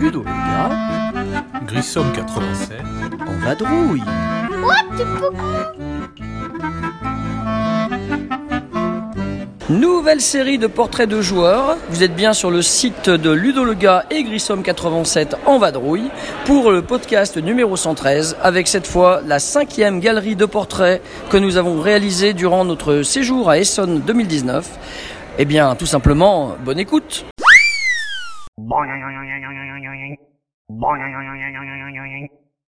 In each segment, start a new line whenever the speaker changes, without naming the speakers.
Ludo le gars
Grissom 87.
en vadrouille.
Nouvelle série de portraits de joueurs. Vous êtes bien sur le site de Ludolega et Grissom87 en vadrouille pour le podcast numéro 113 avec cette fois la cinquième galerie de portraits que nous avons réalisée durant notre séjour à Essonne 2019. Eh bien, tout simplement, bonne écoute.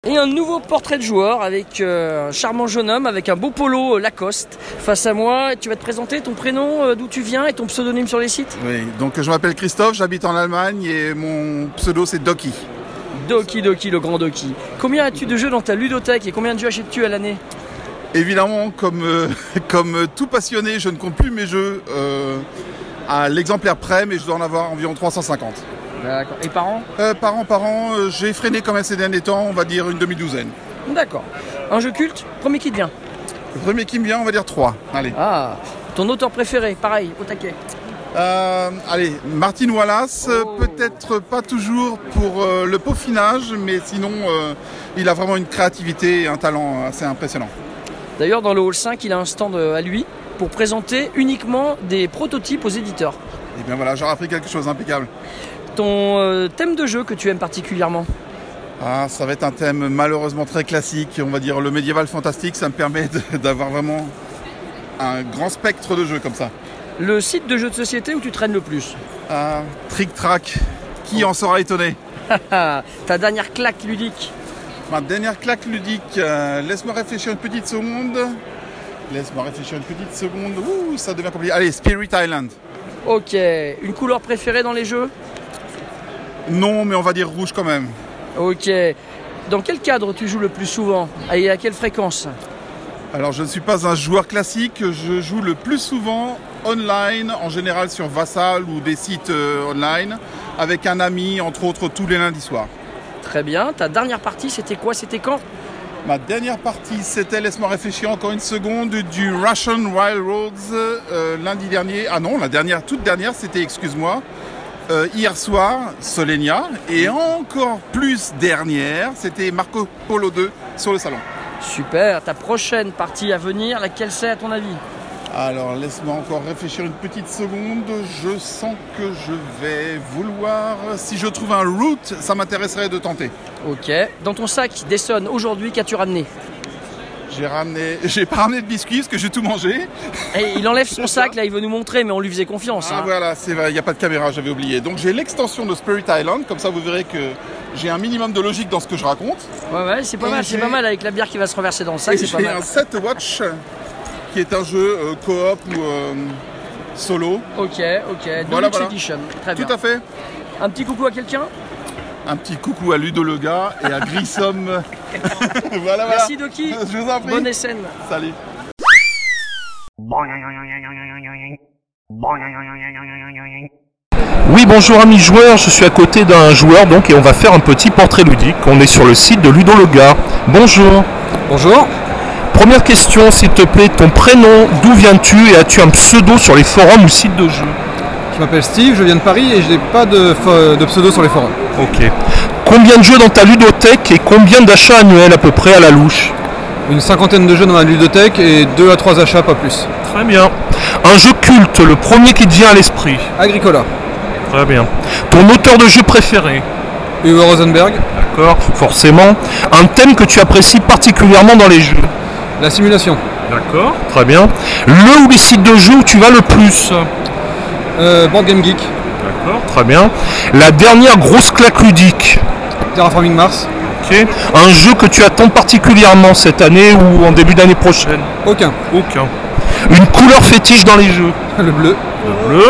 Et un nouveau portrait de joueur avec euh, un charmant jeune homme avec un beau polo euh, Lacoste face à moi. Tu vas te présenter ton prénom, euh, d'où tu viens et ton pseudonyme sur les sites
Oui, donc je m'appelle Christophe, j'habite en Allemagne et mon pseudo c'est Doki.
Doki Doki, le grand Doki. Combien as-tu de jeux dans ta ludothèque et combien de jeux achètes-tu à l'année
Évidemment, comme, euh, comme tout passionné, je ne compte plus mes jeux euh, à l'exemplaire près, mais je dois en avoir environ 350.
D'accord. Et par an
Euh, par an, par an, euh, j'ai freiné quand même ces derniers temps, on va dire une demi-douzaine.
D'accord. Un jeu culte Premier qui te vient.
Le premier qui me vient, on va dire trois. Allez,
Ah, ton auteur préféré, pareil, au taquet.
Euh, allez Martin Wallace, euh,
Oh.
peut-être pas toujours pour euh, le peaufinage, mais sinon euh, il a vraiment une créativité et un talent assez impressionnant.
D'ailleurs, dans le hall 5, il a un stand euh, à lui pour présenter uniquement des prototypes aux éditeurs.
Et Eh bien voilà, j'aurais appris quelque chose d'impeccable.
Ton euh, thème de jeu que tu aimes particulièrement
Ah, ça va être un thème malheureusement très classique, on va dire le médiéval fantastique, ça me permet de- d'avoir vraiment un grand spectre de jeux comme ça.
Le site de jeux de société où tu traînes le plus
Ah, Trick Track, qui en sera étonné
Ah, ta dernière claque ludique.
Ma dernière claque ludique, euh, laisse-moi réfléchir une petite seconde. Laisse-moi réfléchir une petite seconde. Ouh, ça devient compliqué. Allez, Spirit Island.
Ok, une couleur préférée dans les jeux
Non, mais on va dire rouge quand même.
Ok. Dans quel cadre tu joues le plus souvent Et à quelle fréquence
Alors, je ne suis pas un joueur classique, je joue le plus souvent online, en général sur Vassal ou des sites euh, online, avec un ami, entre autres, tous les lundis soirs.
Très bien. Ta dernière partie, c'était quoi C'était quand
Ma dernière partie, c'était, laisse-moi réfléchir encore une seconde, du Russian Railroads euh, lundi dernier. Ah non, la dernière, toute dernière, c'était, excuse-moi, euh, hier soir, Solenia. Et encore plus dernière, c'était Marco Polo 2 sur le salon.
Super. Ta prochaine partie à venir, laquelle c'est à ton avis
Alors, laisse-moi encore réfléchir une petite seconde. Je sens que je vais vouloir. Si je trouve un route, ça m'intéresserait de tenter.
Ok. Dans ton sac d'Essonne, aujourd'hui, qu'as-tu ramené
J'ai ramené, j'ai pas ramené de biscuits parce que j'ai tout mangé.
Et Eh, Il enlève son sac, là, il veut nous montrer, mais on lui faisait confiance.
Ah
hein.
voilà, c'est vrai, il n'y a pas de caméra, j'avais oublié. Donc j'ai l'extension de Spirit Island, comme ça vous verrez que j'ai un minimum de logique dans ce que je raconte.
Ouais, ouais, c'est pas
Et
mal, c'est
j'ai-
pas mal avec la bière qui va se renverser dans le sac,
Et
c'est pas
j'ai
mal.
un set watch qui est un jeu euh, coop ou euh, solo.
Ok, ok. Deluxe
Voilà, voilà.
Edition. Très bien.
Tout à fait.
Un petit coucou à quelqu'un
Un petit coucou à Ludo le gars et à Grissom. voilà, voilà.
Merci Doki.
Je vous en prie.
Bonne scène.
Salut.
Oui, bonjour amis joueurs, je suis à côté d'un joueur donc et on va faire un petit portrait ludique. On est sur le site de Ludologa. Bonjour. Bonjour. Première question, s'il te plaît, ton prénom, d'où viens-tu et as-tu un pseudo sur les forums ou sites de jeu
Je m'appelle Steve, je viens de Paris et je n'ai pas de, fo- de pseudo sur les forums.
Ok. Combien de jeux dans ta ludothèque et combien d'achats annuels à peu près à la louche
Une cinquantaine de jeux dans ma ludothèque et deux à trois achats, pas plus.
Très bien. Un jeu culte, le premier qui te vient à l'esprit.
Agricola,
Très bien. Ton auteur de jeu préféré
Uwe Rosenberg,
D'accord, forcément. Un thème que tu apprécies particulièrement dans les jeux
la simulation.
D'accord. Très bien. Le ou les sites de jeu où tu vas le plus
Euh, Board Game Geek,
D'accord. Très bien. La dernière grosse claque ludique.
Terraforming Mars,
Ok. Un jeu que tu attends particulièrement cette année ou en début d'année prochaine
aucun.
Aucun. Une couleur fétiche dans les jeux
Le bleu,
Bleu.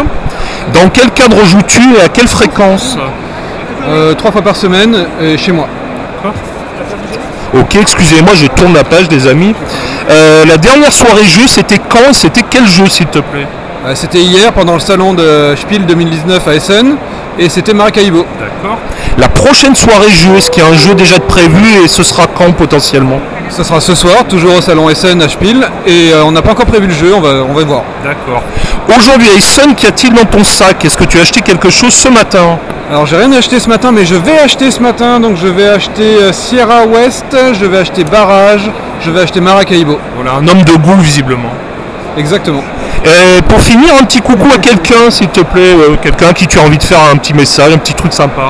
Dans quel cadre joues-tu et à quelle fréquence
euh, trois fois par semaine et chez moi.
Ok, excusez-moi, je tourne la page des amis. Euh, la dernière soirée jeu, c'était quand C'était quel jeu s'il te plaît
Euh, C'était hier pendant le salon de Spiel 2019 à Essen. et c'était Maracaibo.
D'accord.
La prochaine soirée jeu, est-ce qu'il y a un jeu déjà de prévu et ce sera quand potentiellement
Ça sera ce soir, toujours au salon SN à Spiel, et euh, on n'a pas encore prévu le jeu, on va, on va voir.
D'accord.
Aujourd'hui, Ayson, qu'y a-t-il dans ton sac Est-ce que tu as acheté quelque chose ce matin
Alors j'ai rien acheté ce matin, mais je vais acheter ce matin, donc je vais acheter euh, Sierra West, je vais acheter Barrage, je vais acheter Maracaibo.
Voilà, un homme de goût visiblement.
Exactement.
Et Euh, Pour finir, un petit coucou à quelqu'un, s'il te plaît, euh, quelqu'un à qui tu as envie de faire un petit message, un petit truc sympa.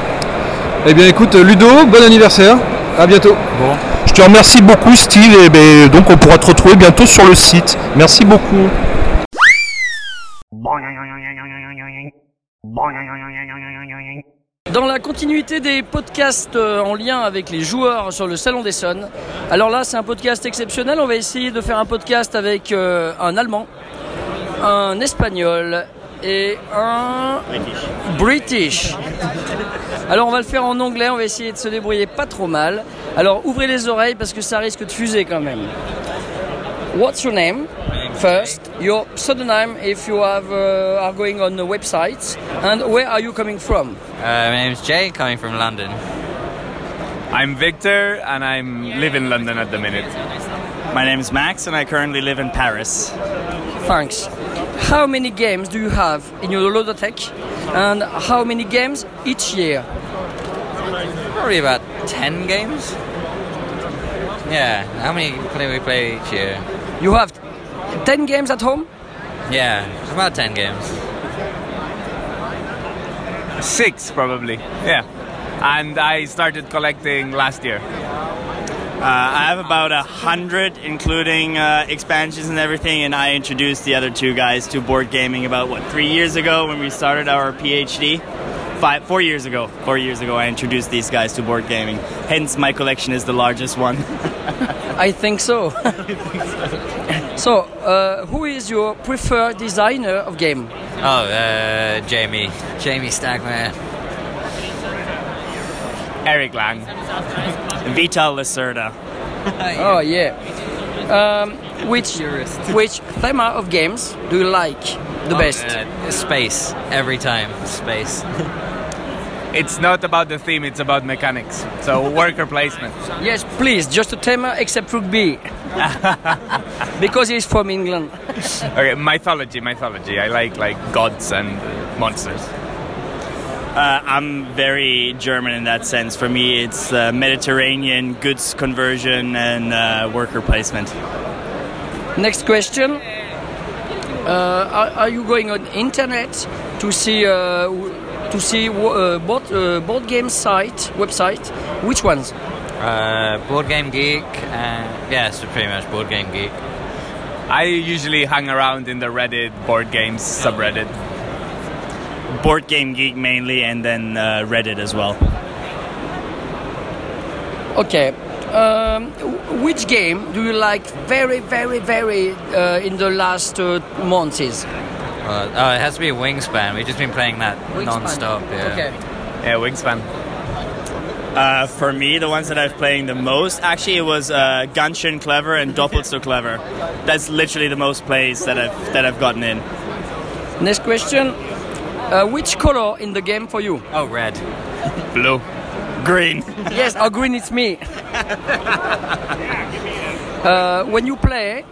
Eh bien écoute, Ludo, bon anniversaire, à bientôt.
Bon,
Je te remercie beaucoup, Steve, et ben, donc on pourra te retrouver bientôt sur le site. Merci beaucoup.
Dans la continuité des podcasts euh, en lien avec les joueurs sur le Salon d'Essonne, alors là c'est un podcast exceptionnel, on va essayer de faire un podcast avec euh, un Allemand, un Espagnol et un British. Alors on va le faire en anglais, on va essayer de se débrouiller pas trop mal. Alors ouvrez les oreilles parce que ça risque de fuser quand même. What's your name? First, your pseudonym if you have, uh, are going on the website, and where are you coming from?
Uh, my name's Jay, coming from London.
I'm Victor and I am live in London at the minute. My name is Max and I currently live in Paris.
Thanks. How many games do you have in your Lodotech? And how many games each year?
Probably about 10 games? Yeah, how many play we play each year?
You have 10 games at home?
Yeah, about 10 games.
Six, probably. Yeah. And I started collecting last year.
Uh, I have about a hundred, including uh, expansions and everything. And I introduced the other two guys to board gaming about what three years ago when we started our PhD. Five, four years ago. Four years ago, I introduced these guys to board gaming. Hence, my collection is the largest one.
I think so. so, uh, who is your preferred designer of game?
Oh, uh, Jamie. Jamie Stagman.
Eric Lang.
Vital Lacerda.
Oh, yeah. Um, which, which theme of games do you like the best?
Uh, space. Every time. Space.
It's not about the theme, it's about mechanics. So, worker placement.
Yes, please, just a theme except rugby. because he's from England.
Okay, mythology, mythology. I like like gods and monsters.
Uh, I'm very German in that sense. For me, it's uh, Mediterranean goods conversion and uh, worker placement.
Next question. Uh, are, are you going on internet to see uh, w- to see w- uh, board, uh, board game site website? Which ones?
Uh, board Game Geek. Uh, yeah, so pretty much Board Game Geek.
I usually hang around in the Reddit board games subreddit.
Board Game Geek mainly, and then uh, Reddit as well.
Okay. Um, w- which game do you like very, very, very uh, in the last uh, months?
Uh, oh, it has to be Wingspan. We've just been playing that non-stop. Yeah.
Okay.
Yeah, Wingspan.
Uh, for me, the ones that I've playing the most, actually, it was uh, Gunshin Clever and Doppelt so Clever. That's literally the most plays that I've that I've gotten in.
Next question. Uh, which color in the game for you?
Oh, red.
Blue.
Green.
yes, or green it's me. uh, when you play,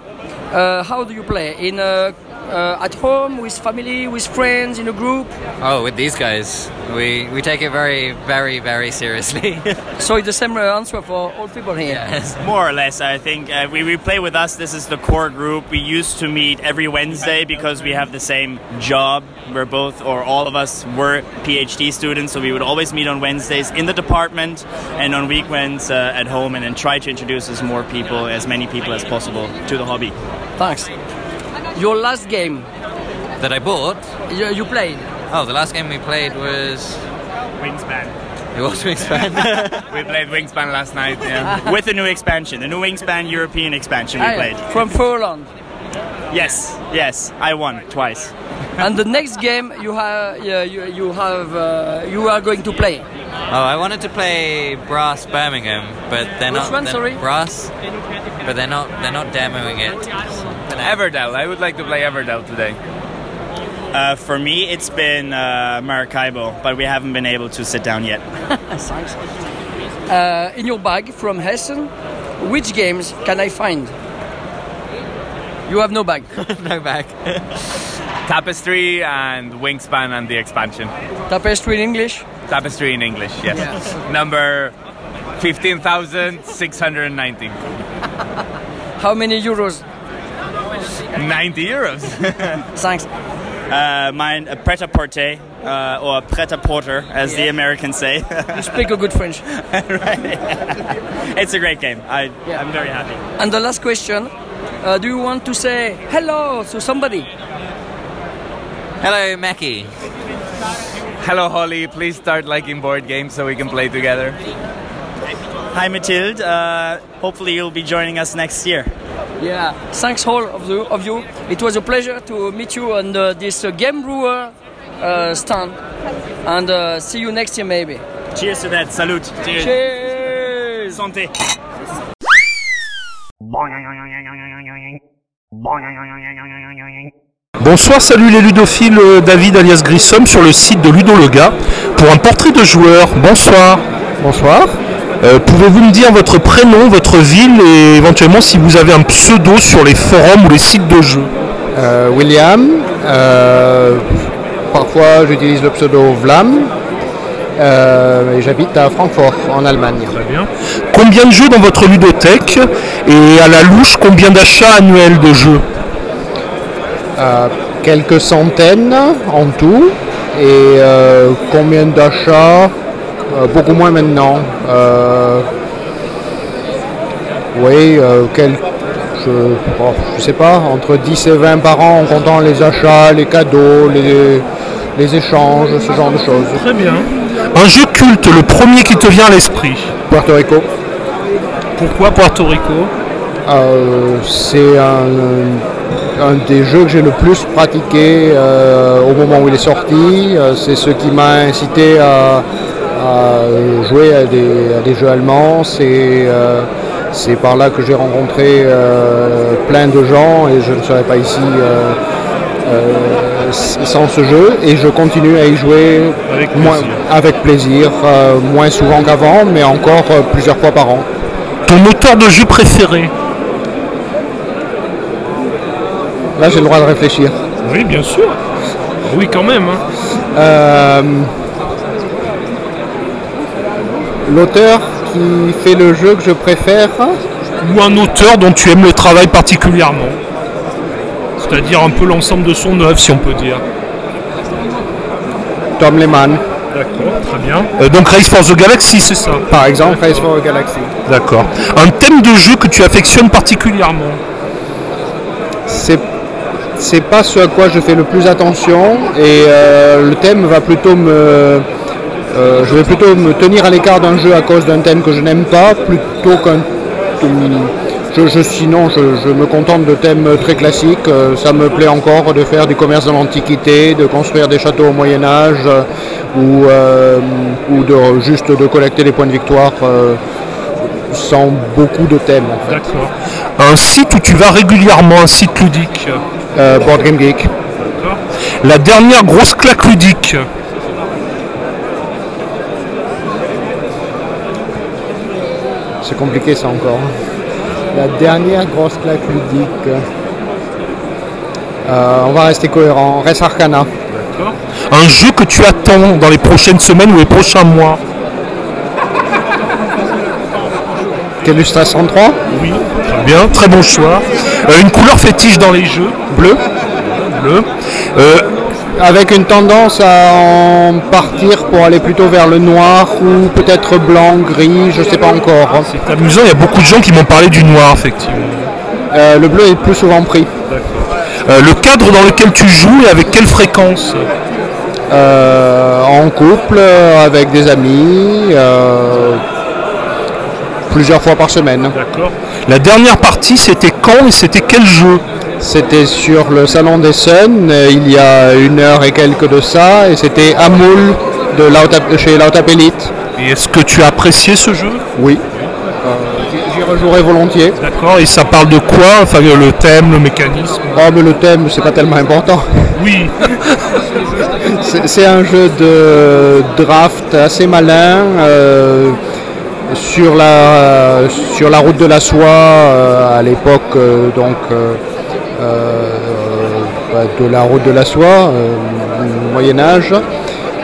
uh, how do you play? In uh, uh, at home with family, with friends, in a group.
Oh, with these guys, we we take it very, very, very seriously.
So it's the same uh, answer for all people here.
More or less, I think uh, we, we play with us. This is the core group. We used to meet every Wednesday because we have the same job. We're both, or all of us, were PhD students, so we would always meet on Wednesdays in the department and on weekends uh, at home, and then try to introduce as more people, as many people as possible, to the hobby.
Thanks. Your last game
that I bought.
you, you played.
Oh, the last game we played was
Wingspan.
it was Wingspan.
We played Wingspan last night. Yeah.
With the new expansion, the new Wingspan European expansion we
Ah,
played.
From Furlong.
Yes, yes, I won twice.
and the next game you have, yeah, you, you have, uh, you are going to play.
oh, I wanted to play Brass Birmingham, but they're
Which
not
one,
they're-
sorry?
Brass, but they're not they're not demoing it.
Everdell. I would like to play Everdell today.
Uh, for me, it's been uh, Maracaibo, but we haven't been able to sit down yet.
That's nice. Uh, in your bag from Hessen, which games can I find? You have no bag.
no bag.
Tapestry and Wingspan and the expansion.
Tapestry in English.
Tapestry in English, yes.
Yeah.
Number 15,690.
How many euros?
90 euros.
Thanks.
Uh, mine, a pret a porter, uh, or pret a porter, as the Americans say.
You speak a good French.
it's a great game. I, I'm very happy.
And the last question: uh, Do you want to say hello to somebody?
Hello, Mackie.
Hello, Holly. Please start liking board games so we can play together.
Hi, Mathilde. Uh, hopefully, you'll be joining us next year.
Yeah. Thanks all of you. Of you. It was a pleasure to meet you on uh, this uh, game brewer uh, stand, and uh, see you next year maybe.
Cheers to that. Salute.
Cheers.
Santé.
Bonsoir, salut les ludophiles, euh, David alias Grissom sur le site de Ludologa pour un portrait de joueur. Bonsoir. Bonsoir. Pouvez-vous me dire votre prénom, votre ville et éventuellement si vous avez un pseudo sur les forums ou les sites de jeux
Euh, William. euh, parfois, j'utilise le pseudo Vlam. euh, et j'habite à Francfort, en Allemagne.
Combien de jeux dans votre ludothèque et à la louche combien d'achats annuels de jeux
Euh, quelques centaines en tout. Et euh, combien d'achats Euh, Beaucoup moins maintenant. Euh, oui, euh, quel- je ne sais pas, entre 10 et 20 par an en comptant les achats, les cadeaux, les, les échanges, ce genre de choses.
Très bien. Un jeu culte, le premier qui te vient à l'esprit.
Puerto Rico.
Pourquoi Puerto Rico
Euh, c'est un, un des jeux que j'ai le plus pratiqué euh, au moment où il est sorti. Euh, c'est ce qui m'a incité à, à jouer à des, à des jeux allemands. C'est euh, c'est par là que j'ai rencontré euh, plein de gens et je ne serais pas ici euh, euh, s- sans ce jeu. Et je continue à y jouer
Avec
moins-
plaisir.
avec plaisir, euh, moins souvent qu'avant, mais encore euh, plusieurs fois par an.
Ton auteur de jeu préféré
Là, j'ai le droit de réfléchir.
Oui, bien sûr. Oui, quand même. hein.
Euh, L'auteur qui fait le jeu que je préfère,
Ou un auteur dont tu aimes le travail particulièrement. C'est-à-dire un peu l'ensemble de son œuvre, si on peut dire.
Tom Lehman,
D'accord, très bien.
Euh, Donc Race for the Galaxy, c'est ça
par exemple, Race for a Galaxy.
D'accord. Un thème de jeu que tu affectionnes particulièrement
C'est c'est pas ce à quoi je fais le plus attention et euh, le thème va plutôt me. euh, je vais plutôt me tenir à l'écart d'un jeu à cause d'un thème que je n'aime pas plutôt qu'un. hum, Je, je- sinon, je, je me contente de thèmes très classiques. Euh, ça me plaît encore de faire du commerce dans l'Antiquité, de construire des châteaux au Moyen-Âge ou, euh, ou de, juste de collecter des points de victoire euh, sans beaucoup de thèmes. en fait.
D'accord.
Un site où tu vas régulièrement, un site ludique
Euh, Board Game Geek.
La dernière grosse claque ludique
C'est compliqué ça encore. hein. La dernière grosse claque ludique. Euh, on va rester cohérent. Res Arcana.
Un jeu que tu attends dans les prochaines semaines ou les prochains mois
Calustra 103.
Oui. Très bien, très bon choix. Euh, une couleur fétiche dans les jeux Bleu. Bleu. Euh,
Avec une tendance à en partir pour aller plutôt vers le noir ou peut-être blanc, gris, je sais pas encore. hein.
c'est amusant, il y a beaucoup de gens qui m'ont parlé du noir, effectivement.
Euh, le bleu est plus souvent pris.
Euh, le cadre dans lequel tu joues et avec quelle fréquence
Euh, en couple, euh, avec des amis, euh, plusieurs fois par semaine.
D'accord. La dernière partie, c'était quand et c'était quel jeu
C'était sur le Salon des Suns, euh, il y a une heure et quelques de ça, et c'était Amoul de Lauta- chez Lautapelite.
Et est-ce que tu as apprécié ce jeu
Oui. Euh, J'y rejouerai volontiers.
D'accord, et ça parle de quoi Enfin, euh, le thème, le mécanisme
Oh, mais le thème, c'est pas tellement important.
Oui.
C'est- C'est un jeu de draft assez malin euh, sur, la, sur la route de la soie euh, à l'époque euh, donc euh, euh, bah, de la route de la soie, euh, au Moyen Âge.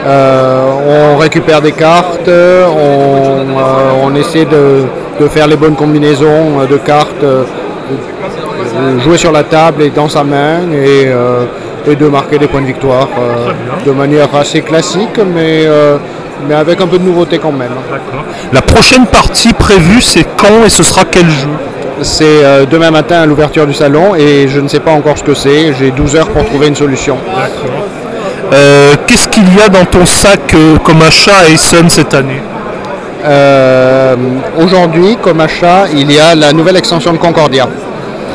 Euh, on récupère des cartes, on, euh, on essaie de, de faire les bonnes combinaisons euh, de cartes, euh, de- de Euh, jouer sur la table et dans sa main et, euh, et de marquer des points de victoire euh, de manière assez classique mais, euh, mais avec un peu de nouveauté quand même.
La prochaine partie prévue, c'est quand et ce sera quel jeu
C'est euh, demain matin à l'ouverture du salon et je ne sais pas encore ce que c'est, j'ai 12 heures pour trouver une solution.
Euh, Qu'est-ce qu'il y a dans ton sac euh, comme achat à Essen cette année
Euh, Aujourd'hui, comme achat, il y a la nouvelle extension de Concordia.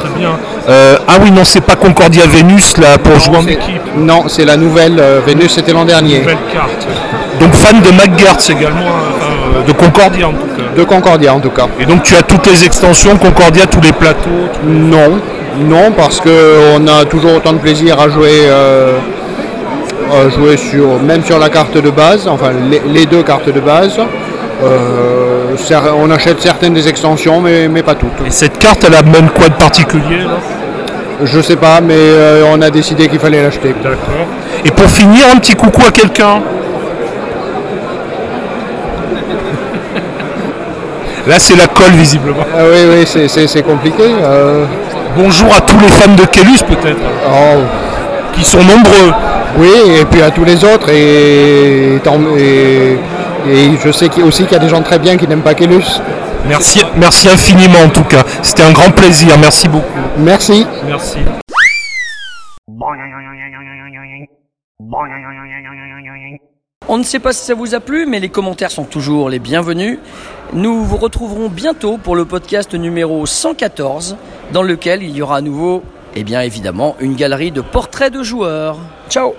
Très bien.
Euh, Ah oui, non, c'est pas Concordia Vénus là pour jouer en équipe.
Non, c'est la nouvelle euh, Vénus, c'était l'an dernier.
Nouvelle carte.
Donc fan de McGuartz également, hein,
euh,
de Concordia en tout cas.
De Concordia en tout cas.
Et donc tu as toutes les extensions, Concordia, tous les plateaux
Non, non, parce qu'on a toujours autant de plaisir à jouer, euh, à jouer sur, même sur la carte de base, enfin les, les deux cartes de base. Euh, cer- on achète certaines des extensions, mais, mais pas toutes.
Et cette carte, elle a même quoi de particulier là
Je sais pas, mais euh, on a décidé qu'il fallait l'acheter.
D'accord.
Et pour finir, un petit coucou à quelqu'un. Là, c'est la colle, visiblement.
Ah oui, oui, c'est- c'est c'est compliqué. euh.
Bonjour à tous les fans de Kellus, peut-être. hein,
Oh.
Qui sont nombreux.
Oui, et puis à tous les autres. Et, et tant- et- et je sais qu'il- aussi qu'il y a des gens très bien qui n'aiment pas Kélus.
Merci, merci infiniment, en tout cas. C'était un grand plaisir. Merci beaucoup.
Merci.
Merci.
On ne sait pas si ça vous a plu, mais les commentaires sont toujours les bienvenus. Nous vous retrouverons bientôt pour le podcast numéro 114, dans lequel il y aura à nouveau, eh bien évidemment, une galerie de portraits de joueurs. Ciao